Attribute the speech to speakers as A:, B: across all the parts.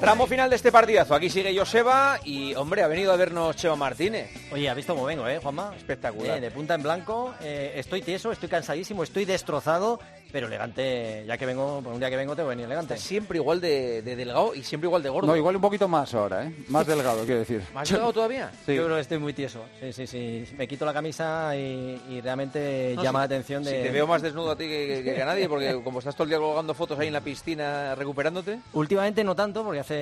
A: Tramo final de este partidazo. Aquí sigue Joseba y, hombre, ha venido a vernos Chema Martínez.
B: Oye, ¿has visto cómo vengo, eh, Juanma?
A: Espectacular.
B: Eh, de punta en blanco. eh, estoy tieso, estoy cansadísimo, estoy destrozado, pero elegante. Ya que vengo, por un día que vengo, tengo que venir elegante.
A: Siempre igual de, de delgado y siempre igual de gordo.
C: No, igual un poquito más ahora, ¿eh? Más delgado, quiero decir.
A: ¿Más delgado todavía?
C: Sí.
B: Yo creo que estoy muy tieso. Sí, sí, sí. Me quito la camisa y, y realmente
A: No,
B: llama
A: si-
B: la atención de.
A: Si te veo más desnudo a ti que, que- que a nadie, porque como estás todo el día colgando fotos ahí en la piscina recuperándote.
B: Últimamente no tanto porque hace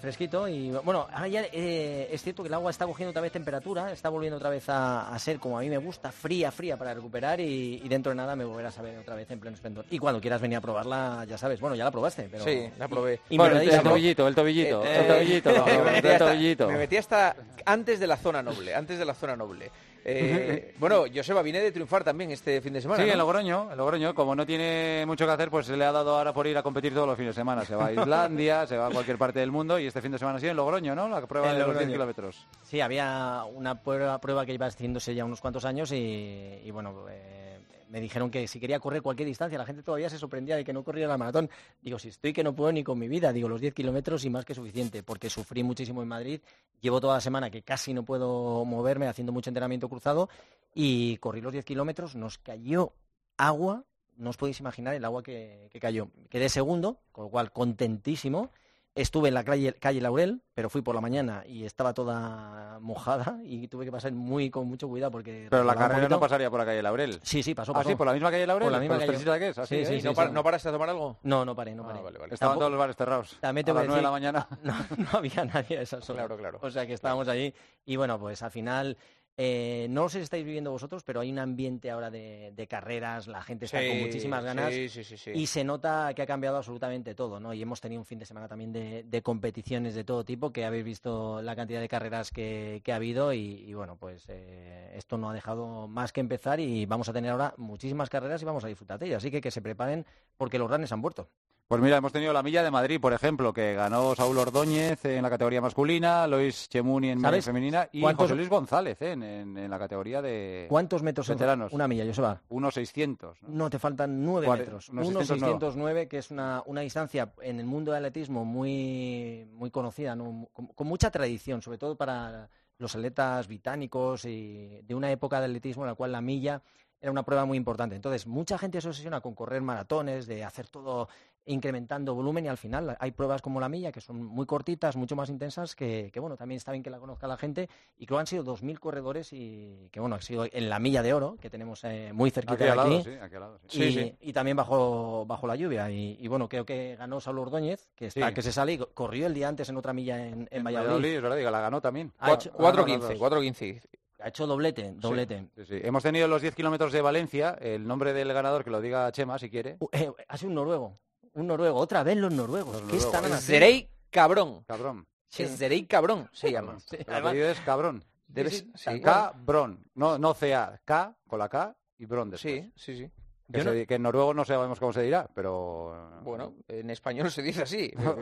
B: fresquito y bueno, ahora ya eh, es cierto que el agua está cogiendo otra vez temperatura, está volviendo otra vez a, a ser como a mí me gusta, fría, fría para recuperar y, y dentro de nada me volverás a ver otra vez en pleno esplendor. Y cuando quieras venir a probarla, ya sabes, bueno, ya la probaste, pero...
A: Sí, la probé.
B: Y, y
C: Bueno,
B: me
C: el
B: la dices,
C: tobillito, el tobillito,
A: Eh,
C: el tobillito,
A: me metí
C: el
A: hasta-
C: tobillito.
A: Me metí hasta antes de la zona noble, antes de la zona noble. Eh, bueno, Joseba, vine de triunfar también este fin de semana.
C: Sí,
A: ¿no?
C: en Logroño, en Logroño, como no tiene mucho que hacer, pues se le ha dado ahora por ir a competir todos los fines de semana. Se va a Islandia, se va a cualquier parte del mundo y este fin de semana sí en Logroño, ¿no? La prueba
B: En
C: de los 10
B: Logroño.
C: kilómetros.
B: Sí, había una prueba, prueba que iba haciéndose ya unos cuantos años y, y bueno, eh, me dijeron que si quería correr cualquier distancia, la gente todavía se sorprendía de que no corría la maratón. Digo, si estoy que no puedo ni con mi vida, digo, los 10 kilómetros y más que suficiente, porque sufrí muchísimo en Madrid, llevo toda la semana que casi no puedo moverme haciendo mucho entrenamiento cruzado y corrí los 10 kilómetros, nos cayó agua, no os podéis imaginar el agua que, que cayó. Quedé segundo, con lo cual contentísimo. Estuve en la calle, calle Laurel, pero fui por la mañana y estaba toda mojada y tuve que pasar muy con mucho cuidado porque...
C: Pero la
B: resbalaba un
C: carrera no
B: poquito.
C: pasaría por la calle Laurel.
B: Sí, sí, pasó,
C: ¿Ah,
B: pasó.
C: sí? ¿Por la misma calle Laurel?
B: Por la misma
C: los
B: calle.
C: tres Islas,
B: Sí,
C: ¿eh?
B: sí,
A: ¿Y
B: sí,
A: no,
B: sí.
A: par- no paraste a tomar algo?
B: No, no paré, no
A: Ah,
B: paré.
A: vale, vale.
C: Estaban
B: Tampoco-
C: todos los bares cerrados.
B: También te
C: a
B: voy
C: las
B: a
C: 9 de la
B: decir-
C: mañana.
B: No, no había nadie a esas horas.
A: Claro, claro.
B: O sea que estábamos allí y bueno, pues al final, eh, no sé si estáis viviendo vosotros, pero hay un ambiente ahora de, de carreras, la gente está con
A: Sí,
B: muchísimas ganas
A: Sí, sí, sí. sí.
B: y se nota que ha cambiado absolutamente todo, ¿no? Y hemos tenido un fin de semana también de, de competiciones de todo tipo, que habéis visto la cantidad de carreras que, que ha habido y, y bueno, pues eh, esto no ha dejado más que empezar y vamos a tener ahora muchísimas carreras y vamos a disfrutar de ellas. Así que que se preparen porque los runners han vuelto.
C: Pues mira, hemos tenido la Milla de Madrid, por ejemplo, que ganó Saúl Ordóñez en la categoría masculina, Lois Chemuni en la
B: ¿Sabes
C: femenina y
B: cuántos-
C: José Luis González eh, en, en- en la categoría de
B: ¿Cuántos metros son?
C: Veteranos.
B: Una milla, Joseba.
C: unos 600. ¿no?
B: No, te faltan nueve
C: Cuare-
B: metros.
C: unos
B: 1,609, que es una, una distancia en el mundo del atletismo muy, muy conocida, ¿no? con, con mucha tradición, sobre todo para los atletas británicos y de una época de atletismo en la cual la milla era una prueba muy importante. Entonces, mucha gente se obsesiona con correr maratones, de hacer todo incrementando volumen y al final hay pruebas como la milla que son muy cortitas, mucho más intensas, que, que, bueno, también está bien que la conozca la gente y creo que han sido 2.000 corredores y que bueno, ha sido en la milla de oro que tenemos eh, muy cerquita
C: Aquí
B: de
C: al
B: aquí.
C: lado, sí, aquí al lado, sí.
A: Sí,
B: y,
A: sí.
B: y también bajo, bajo la lluvia. Y, y bueno, creo que ganó Saúl Ordóñez, que está
C: Sí.
B: que se sale y co- corrió el día antes en otra milla en, en
C: En
B: Valladolid.
C: Valladolid, es verdad, digo, la ganó también.
B: Ha hecho-
C: Cuatro-
A: 4.15, 4.15.
B: Ha hecho doblete, doblete.
C: Sí, sí. Hemos tenido los 10 kilómetros de Valencia, el nombre del ganador que lo diga Chema si quiere.
B: Uh, eh, ha sido un noruego. Un noruego, otra vez los noruegos.
C: Los
B: ¿Qué
C: noruegos.
B: están haciendo?
A: Zerey Cabrón.
C: Cabrón.
B: Sí.
A: Zerey Cabrón se llama.
B: Sí,
C: El
B: además-
C: apellido es Cabrón.
A: Debes-
B: sí,
A: sí.
B: tal cual.
C: Cabrón. No, no CA. K con la K y Bron después.
A: Sí, sí, sí.
C: Que,
B: Yo no-
C: se di- que en noruego no sabemos cómo se dirá, pero...
A: Bueno, en español se dice así.
C: Ah,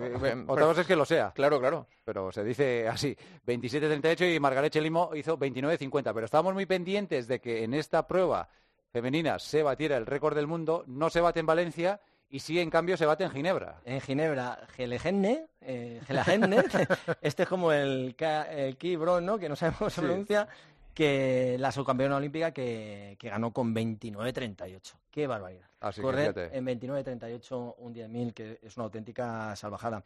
C: Otra cosa es que lo sea,
A: Claro, claro.
C: pero se dice así. 27-38 y Margaret Chelimo hizo 29-50. Pero estábamos muy pendientes de que en esta prueba femenina se batiera el récord del mundo. No se bate en Valencia y sí, en cambio, se bate en Ginebra.
B: En Ginebra, Gelegenne, eh, Gelagenne, este es como el, Ka- el Key Brown, ¿no? que no sabemos cómo se
C: Sí.
B: pronuncia, que la subcampeona olímpica que, que ganó con 29-38. ¡Qué barbaridad!
C: Así que
B: Correr
C: fíjate.
B: en 29-38 un 10.000, que es una auténtica salvajada.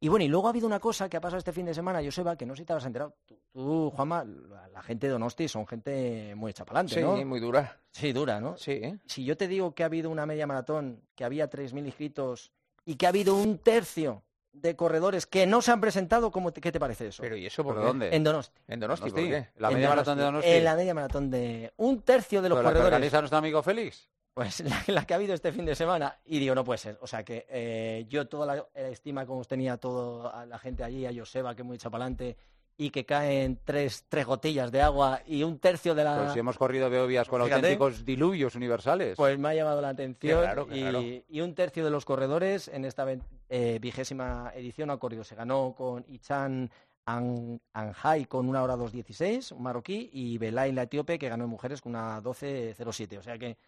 B: Y bueno, y luego ha habido una cosa que ha pasado este fin de semana, Joseba, que no sé si te habrás enterado. Tú, tú, Juanma, la, la gente de Donosti son gente muy chapalante,
A: Sí,
B: ¿no?
A: muy dura.
B: Sí, dura, ¿no?
A: Sí, ¿eh?
B: si yo te digo que ha habido una media maratón, que había 3.000 inscritos y que ha habido un tercio de corredores que no se han presentado, ¿cómo te- ¿qué te parece eso?
A: Pero ¿y eso por
C: ¿Pero
A: qué?
C: dónde?
B: en Donosti.
A: En Donosti, ¿eh? ¿por
C: Donosti.
A: qué?
C: La
B: En
C: media maratón de Donosti.
B: En la media maratón de un tercio de los
C: Pero la que
B: corredores.
C: organiza nuestro amigo Félix.
B: Pues la, la que ha habido este fin de semana. Y digo, no puede ser. O sea que eh, yo toda la eh, estima como os tenía todo a la gente allí, a Joseba, que es muy chapalante, y que caen tres, tres gotillas de agua y un tercio de la...
C: Pues si hemos corrido Beovías con
B: Ah. Fíjate.
C: auténticos diluvios universales.
B: Pues me ha llamado la atención
A: Qué raro, qué
B: y,
A: raro.
B: y un tercio de los corredores en esta ve- eh, vigésima edición ha corrido. Se ganó con Ichan An- Anjay con una hora 2.16, un marroquí, y Belay la etíope que ganó en mujeres con una 12.07. O sea que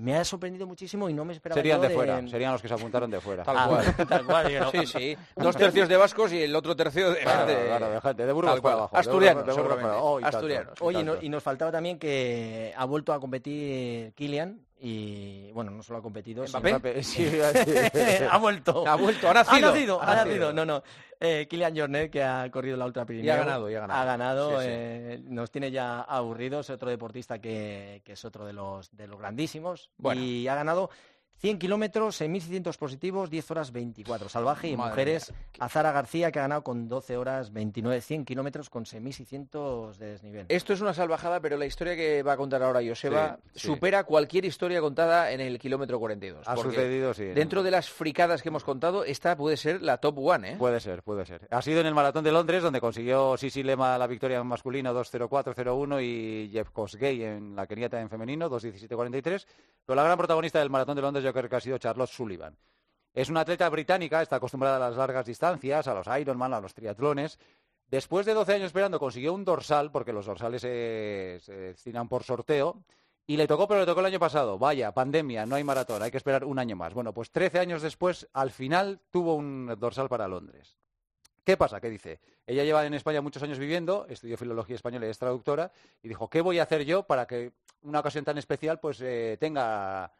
B: me ha sorprendido muchísimo y no me esperaba.
C: Serían
B: yo
C: de fuera, serían los que se apuntaron de fuera.
A: Tal
B: Ah,
A: cual.
B: tal cual, yo no-
A: Sí, sí. Dos tercios de vascos y el otro tercio de...
C: Claro,
A: de-
C: claro, de gente, de Burgos
A: Tal
C: para
A: cual.
C: abajo, de
A: Asturianos,
C: Burgos para- de Burgos para-
A: seguramente.
C: oh, y tanto,
A: Asturianos.
C: y
B: Oye, y, no-
C: tanto.
B: y nos faltaba también que ha vuelto a competir Kylian y, bueno, no solo ha competido, sino-
A: Mbappé.
C: Mbappé, sí, iba a decir.
B: ha vuelto.
A: Ha vuelto, ha nacido.
B: Ha nacido,
A: Ha
B: ha
A: nacido.
B: nacido. No, no. Eh, Kilian Jornet, que ha corrido la Ultra Pirineo.
A: Y ha ganado, y ha ganado. Sí, sí.
B: eh, nos tiene ya aburridos. Otro deportista que, que es otro de los, de los grandísimos.
A: Bueno.
B: Y ha ganado 100 kilómetros, 6.600 positivos, 10 horas 24. Salvaje y
A: Madre
B: mujeres. Azara García, que ha ganado con 12 horas 29, 100 kilómetros con 6.600 de desnivel.
A: Esto es una salvajada, pero la historia que va a contar ahora Joseba
C: Sí, sí.
A: supera cualquier historia contada en el kilómetro 42.
C: Ha
A: porque
C: sucedido, sí. en-
A: Dentro de las fricadas que hemos contado, esta puede ser la top one, ¿eh?
C: Puede ser, puede ser. Ha sido en el Maratón de Londres, donde consiguió Sisi Lema la victoria en masculino 2.04.01 y Jeff Kosgei en la queniata en femenino 2.17.43. Pero la gran protagonista del Maratón de Londres yo creo que ha sido Charlotte Sullivan. Es una atleta británica, está acostumbrada a las largas distancias, a los Ironman, a los triatlones. Después de 12 años esperando, consiguió un dorsal, porque los dorsales eh, se destinan por sorteo. Y le tocó, pero le tocó el año pasado. Vaya, pandemia, no hay maratón, hay que esperar un año más. Bueno, pues 13 años después, al final tuvo un dorsal para Londres. ¿Qué pasa? ¿Qué dice? Ella lleva en España muchos años viviendo, estudió filología española y es traductora, y dijo, ¿qué voy a hacer yo para que una ocasión tan especial pues eh, tenga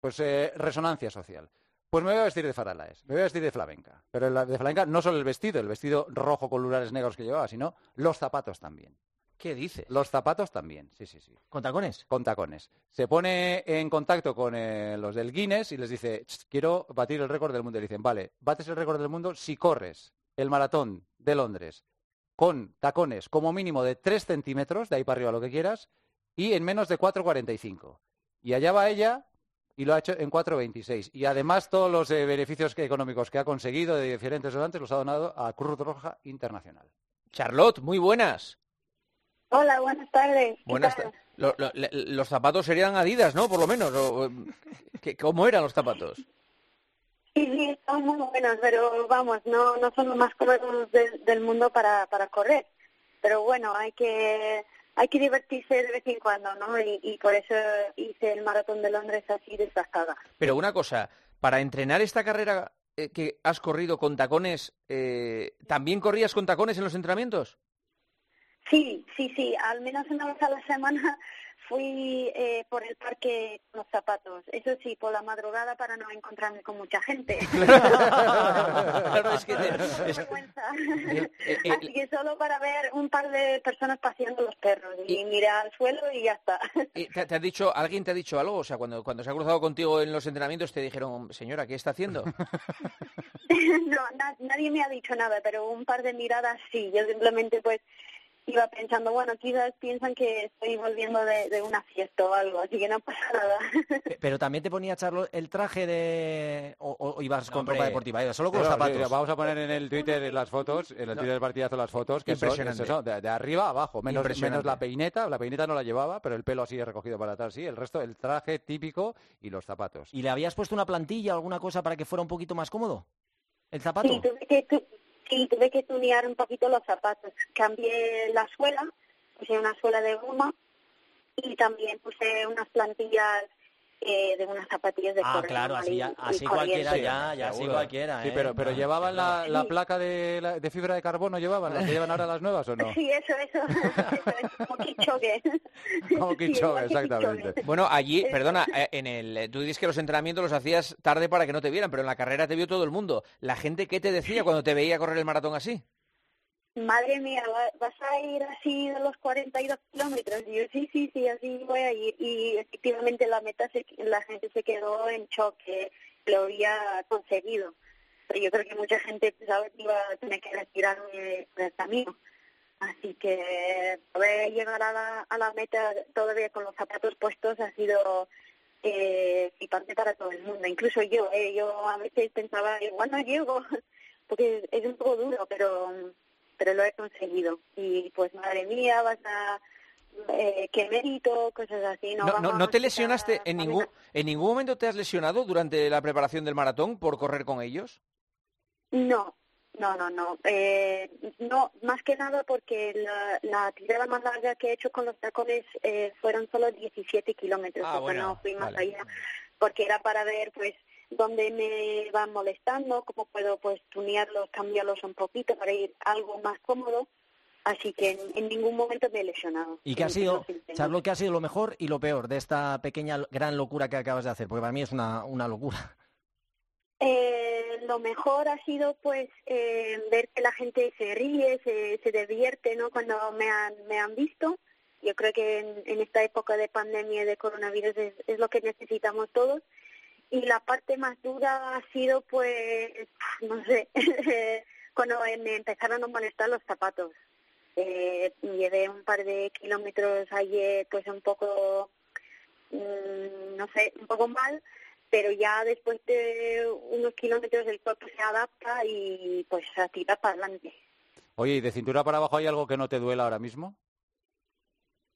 C: pues eh, resonancia social? Pues me voy a vestir de faralaes, me voy a vestir de flamenca. Pero la- de flamenca no solo el vestido, el vestido rojo con lunares negros que llevaba, sino los zapatos también.
A: ¿Qué dice?
C: Los zapatos también, sí, sí, sí
B: ¿Con tacones?
C: con tacones. Se pone en contacto con eh, los del Guinness y les dice, "Ch, quiero batir el récord del mundo. Y le dicen, vale, bates el récord del mundo si corres el maratón de Londres con tacones como mínimo de 3 centímetros, de ahí para arriba lo que quieras, y en menos de 4,45. Y allá va ella y lo ha hecho en 4,26. Y además todos los eh, beneficios que- económicos que ha conseguido de diferentes donantes los ha donado a Cruz Roja Internacional.
A: Charlotte, muy buenas.
D: Hola, buenas tardes. ¿Qué
A: Buenas
D: tal?
A: ta- lo- lo- le- los zapatos serían Adidas, ¿no? Por lo menos. o- o- ¿qué- ¿Cómo eran los zapatos?
D: Sí, sí, son muy buenos, pero vamos, no, no son los más cómodos del- del mundo para, para correr. Pero bueno, hay que hay que divertirse de vez en cuando, ¿no? Y, y por eso hice el maratón de Londres así desgastada.
A: Pero una cosa, para entrenar esta carrera eh, que has corrido con tacones, eh, ¿también corrías con tacones en los entrenamientos?
D: Sí, sí, sí, al menos una vez a la semana fui eh, por el parque con los zapatos. Eso sí, por la madrugada para no encontrarme con mucha gente.
A: Claro, es que te- es-
D: vergüenza.
A: El-
B: Eh,
A: el-
D: Así que solo para ver un par de personas paseando los perros y, mira al suelo y ya está.
A: eh, ¿te, te has dicho, ¿Alguien te ha dicho algo? O sea, cuando, cuando se ha cruzado contigo en los entrenamientos te dijeron, señora, ¿qué está haciendo?
D: no, na- nadie me ha dicho nada, pero un par de miradas sí. Yo simplemente pues iba pensando, bueno, quizás piensan que estoy volviendo de, de una fiesta o algo, así que no pasa nada.
B: Pe- Pero también te ponía, Charlo, el traje de... O, o- o ibas
A: No,
B: con
A: hombre.
B: ropa deportiva, ibas solo con los
C: Pero,
B: zapatos.
C: sí, vamos a poner en el Twitter las fotos, en el Twitter del partidazo las fotos, que son,
A: Impresionante.
C: es eso, de, de arriba a abajo, menos,
A: Impresionante.
C: menos la peineta, la peineta no la llevaba, pero el pelo así recogido para atrás, sí, el resto, el traje típico y los zapatos.
B: ¿Y le habías puesto una plantilla o alguna cosa para que fuera un poquito más cómodo? ¿El zapato?
D: Sí, tuve que, tu- sí, tuve que tunear un poquito los zapatos. Cambié la suela, puse una suela de goma y también puse unas plantillas eh, de unas zapatillas de
B: ah,
D: correr
B: claro, así, ya-
D: normal y- y
B: así
D: corrientes.
B: cualquiera, ya, ya, así
A: seguro.
B: cualquiera.
C: Sí,
B: ¿eh?
C: pero, pero
B: Ah,
C: llevaban la,
D: claro.
C: la placa de, la- de fibra de carbono, llevaban las que llevan ahora las nuevas o no?
D: Sí, eso, eso, eso es como Kipchoge.
C: Como
D: Sí,
C: Kipchoge,
D: igual que
C: exactamente.
D: Kipchoge.
A: Bueno, allí, perdona, eh, en el, eh, tú dices que los entrenamientos los hacías tarde para que no te vieran, pero en la carrera te vio todo el mundo. ¿La gente qué te decía cuando te veía correr el maratón así?
D: Madre mía, ¿va- vas a ir así de los 42 kilómetros. Y yo, sí, sí, sí, así voy a ir. Y efectivamente la meta, se- la gente se quedó en shock que lo había conseguido. Pero yo creo que mucha gente pensaba que iba a tener que retirarme del camino. Así que poder llegar a la, a la meta todavía con los zapatos puestos ha sido eh, parte para todo el mundo. Incluso yo, eh, yo a veces pensaba, igual no llego, porque es, es un poco duro, pero pero lo he conseguido. Y pues madre mía, vas a... Eh, qué mérito, cosas así. No,
A: No, no,
D: vamos
A: no te
D: a
A: lesionaste
D: quitar-
A: en ningún, en ningún momento te has lesionado durante la preparación del maratón por correr con ellos.
D: No, No, no, no. Eh, no, más que nada porque la, la tirada más larga que he hecho con los tacones eh, fueron solo 17 kilómetros.
A: Ah,
D: o sea,
A: bueno,
D: no fui más
A: vale.
D: allá porque era para ver, pues, dónde me van molestando, cómo puedo, pues, tunearlos, cambiarlos un poquito para ir algo más cómodo. Así que en, en ningún momento me he lesionado.
B: ¿Y qué ha
D: En
B: sido,
D: los intentos.
B: Charlo, qué ha sido lo mejor y lo peor de esta pequeña gran locura que acabas de hacer? Porque para mí es una, una locura.
D: Eh, lo mejor ha sido pues eh, ver que la gente se ríe, se, se divierte, ¿no? Cuando me han, me han visto. Yo creo que en, en esta época de pandemia y de coronavirus es, es lo que necesitamos todos. Y la parte más dura ha sido pues, no sé, cuando me empezaron a molestar los zapatos. Eh, llevé un par de kilómetros ayer pues un poco, mm, no sé, un poco mal, pero ya después de unos kilómetros el cuerpo se adapta y pues se tira para adelante.
C: Oye, ¿y de cintura para abajo hay algo que no te duela ahora mismo?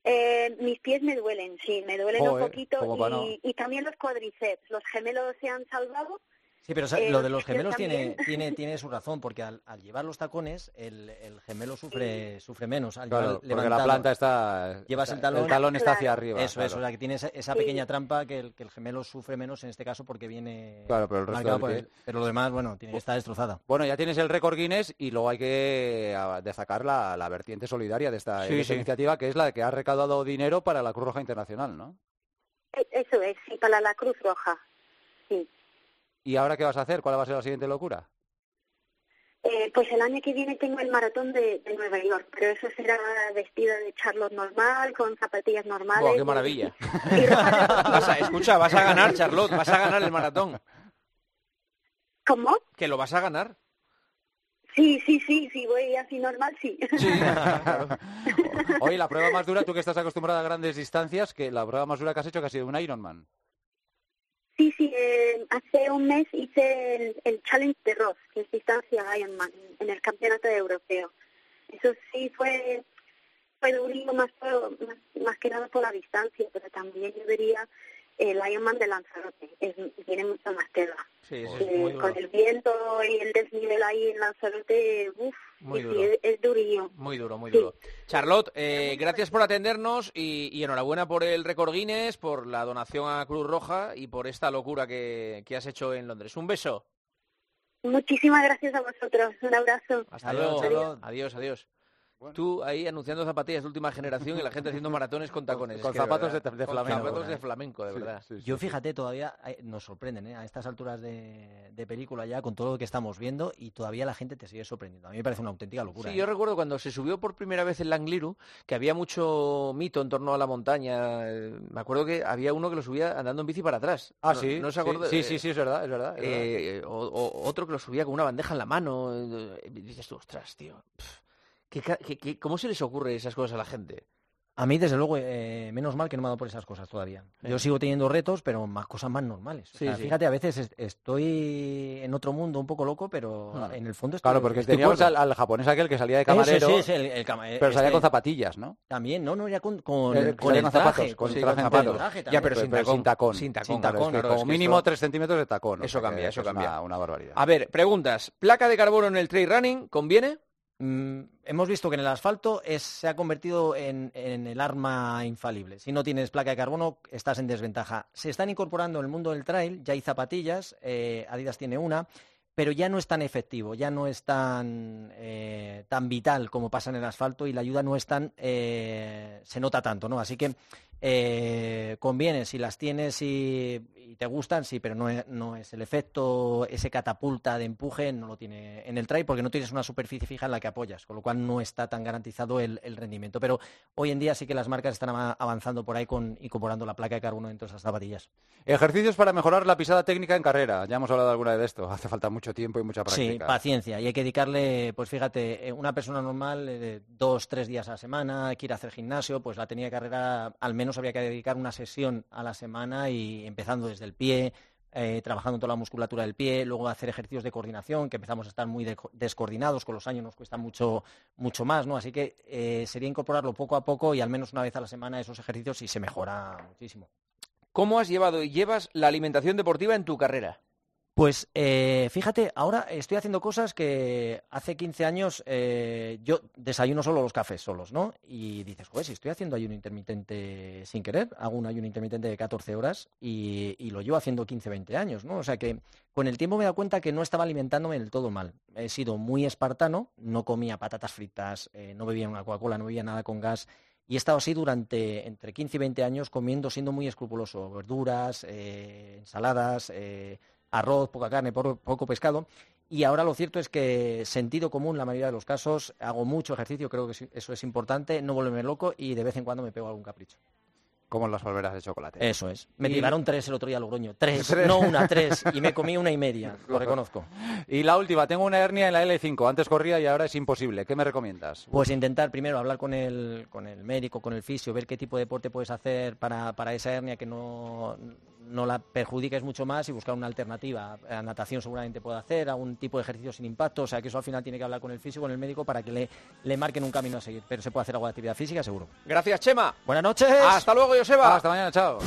D: Eh, mis pies me duelen, sí, me duelen
C: Joder,
D: un poquito
C: como pa'
D: y,
C: no.
D: y también los cuadriceps. Los gemelos se han salvado.
B: Sí, pero o sea,
D: Eh,
B: lo de los
D: yo
B: gemelos tiene,
D: también.
B: tiene, tiene su razón, porque al, al llevar los tacones, el, el gemelo sufre, sufre menos. Al
C: Claro,
B: llevar
C: porque la
B: levantado.
C: planta está...
B: Llevas
C: está-
B: el talón.
C: está
D: Claro.
C: hacia arriba.
B: Eso, eso, o
C: claro.
B: sea, que tiene esa, esa
D: Sí.
B: pequeña trampa que el, que el gemelo sufre menos en este caso porque viene
C: Claro, pero el resto
B: marcado
C: del
B: por
C: pie. Oh.
B: el- pero lo demás, bueno, tiene que estar destrozada.
C: Bueno, ya tienes el récord Guinness y luego hay que ah, destacar la, la vertiente solidaria de esta,
A: Sí,
C: de esta
A: sí.
C: iniciativa, que es la que ha recaudado dinero para la Cruz Roja Internacional, ¿no?
D: E- Eso es, sí, para la Cruz Roja.
C: ¿Y ahora qué vas a hacer? ¿Cuál va a ser la siguiente locura?
D: Eh, pues el año que viene tengo el maratón de, de Nueva York, pero eso será vestida de Charlotte normal, con zapatillas normales.
A: Buah, qué maravilla.
D: Y ropa
A: Vas a-
D: deportiva.
A: escucha, vas a ganar, Charlotte, vas a ganar el maratón.
D: ¿Cómo?
A: Que lo vas a ganar.
D: Sí, sí, sí, sí, voy así normal, sí.
C: Oye, la prueba más dura, tú que estás acostumbrada a grandes distancias, que la prueba más dura que has hecho que ha sido un Ironman.
D: Sí, sí, eh, hace un mes hice el, el Challenge de Ross, que es distancia Ironman, en el Campeonato Europeo. Eso sí fue, fue durísimo más, por- más, más que nada por la distancia, pero también yo diría el Ironman de Lanzarote, es, tiene mucho más tela.
A: Sí, sí,
D: Eh, con el viento y el desnivel ahí en Lanzarote, uff,
A: Muy
D: sí,
A: duro.
D: sí, es, es durillo.
A: Muy duro, muy duro. Charlotte, eh, gracias por atendernos y, y enhorabuena por el récord Guinness, por la donación a Cruz Roja y por esta locura que, que has hecho en Londres. Un beso.
D: Muchísimas gracias a vosotros, un abrazo.
A: Hasta
B: Adiós,
A: luego.
B: Charlotte.
A: Adiós, adiós.
C: Bueno.
A: Tú ahí anunciando zapatillas de última generación y la gente haciendo maratones con tacones.
C: Con-
A: Es que
C: con zapatos
A: verdad,
C: de- de
A: con
C: flamenco.
A: zapatos de flamenco, de verdad.
B: Yo fíjate, todavía eh, nos sorprenden ¿eh? a estas alturas de, de película ya con todo lo que estamos viendo y todavía la gente te sigue sorprendiendo. A mí me parece una auténtica locura.
A: Sí,
B: ¿eh?
A: yo recuerdo cuando se subió por primera vez el Langliru, que había mucho mito en torno a la montaña. Eh, Me acuerdo que había uno que lo subía andando en bici para atrás.
C: Ah,
A: No-
C: sí.
A: No se
C: sí,
A: acordó-
C: sí,
A: eh,
C: sí, sí, es verdad, es verdad. es verdad.
A: eh, o, o- otro que lo subía con una bandeja en la mano. eh, y dices tú, ostras, tío. pf, ¿qué ca- qué- qué- cómo se les ocurre esas cosas a la gente?
B: A mí, desde luego, eh, menos mal que no me ha dado por esas cosas todavía. Yo sigo teniendo retos, pero más cosas más normales. O
A: Sí,
B: sea,
A: sí.
B: Fíjate, a veces es- estoy en otro mundo un poco loco, pero
C: Claro.
B: en el fondo estoy.
C: Ah. Claro, porque
B: estoy
C: teníamos
B: cuerdo.
C: al, al japonés aquel que salía de
B: Eso,
C: camarero,
B: sí, es el- el cama-
C: pero
B: este-
C: salía con zapatillas, ¿no?
B: También, no, no, ya con, con,
C: Eh,
B: con el
C: salía con
B: traje.
C: zapatos, con
B: sí,
C: el traje en
B: zapatos.
C: zapatos.
B: traje
A: Ya,
B: también.
A: pero sin
C: Pues, sin
A: tacón.
C: tacón.
A: Sin tacón,
C: Sin
A: claro,
C: tacón,
A: claro,
C: como
A: es que
C: mínimo
A: esto-
C: tres centímetros de tacón. o
A: Eso
C: sea que
A: cambia, eso
C: es una-
A: cambia.
C: Una, barbaridad.
A: A ver, preguntas. ¿Placa de carbono en el trail running conviene?
B: Mm, hemos visto que en el asfalto es- se ha convertido en, en el arma infalible. Si no tienes placa de carbono, estás en desventaja. Se están incorporando en el mundo del trail, ya hay zapatillas, eh, Adidas tiene una, pero ya no es tan efectivo, ya no es tan, eh, tan vital como pasa en el asfalto y la ayuda no es tan... eh, se nota tanto, ¿no? Así que eh, conviene, si las tienes y, y te gustan, sí, pero no es, no es el efecto, ese catapulta de empuje, no lo tiene en el trail porque no tienes una superficie fija en la que apoyas, con lo cual no está tan garantizado el, el rendimiento. Pero hoy en día sí que las marcas están ama- avanzando por ahí con incorporando la placa de carbono dentro de esas zapatillas.
C: Ejercicios para mejorar la pisada técnica en carrera. Ya hemos hablado alguna vez de esto. Hace falta mucho tiempo y mucha práctica.
B: Sí, paciencia. Y hay que dedicarle, pues fíjate, eh, una persona normal eh, de dos, tres días a la semana, quiere hacer gimnasio, pues la tenía carrera, al menos habría que dedicar una sesión a la semana y empezando desde el pie, eh, trabajando toda la musculatura del pie, luego hacer ejercicios de coordinación, que empezamos a estar muy deco- descoordinados, con los años nos cuesta mucho, mucho más, ¿no? Así que eh, sería incorporarlo poco a poco y al menos una vez a la semana esos ejercicios y se mejora muchísimo.
A: ¿Cómo has llevado y llevas la alimentación deportiva en tu carrera?
B: Pues eh, fíjate, ahora estoy haciendo cosas que hace 15 años eh, yo desayuno solo los cafés solos, ¿no? Y dices, joder, si estoy haciendo ayuno intermitente sin querer, hago un ayuno intermitente de 14 horas y, y lo llevo haciendo 15, 20 años, ¿no? O sea que con el tiempo me he dado cuenta que no estaba alimentándome del todo mal. He sido muy espartano, no comía patatas fritas, eh, no bebía una Coca-Cola, no bebía nada con gas. Y he estado así durante entre 15 y 20 años comiendo, siendo muy escrupuloso, verduras, eh, ensaladas eh, arroz, poca carne, poco pescado. Y ahora lo cierto es que sentido común la mayoría de los casos, hago mucho ejercicio, creo que eso es importante, no volverme loco y de vez en cuando me pego algún capricho.
C: Como las volveras de chocolate.
B: Eso es. Me tiraron tres el otro día a Logroño. Tres, no una, tres. Y me comí una y media, lo reconozco.
C: Y la última, tengo una hernia en la L5. Antes corría y ahora es imposible. ¿Qué me recomiendas?
B: Pues intentar primero hablar con el, con el médico, con el fisio, ver qué tipo de deporte puedes hacer para, para esa hernia que no, no la perjudiques mucho más y buscar una alternativa. La natación seguramente puede hacer, algún tipo de ejercicio sin impacto, o sea que eso al final tiene que hablar con el físico, con el médico para que le, le marquen un camino a seguir. Pero se puede hacer algo de actividad física, seguro.
A: Gracias, Chema.
B: Buenas noches.
A: Hasta luego, Joseba.
C: Hasta mañana, chao.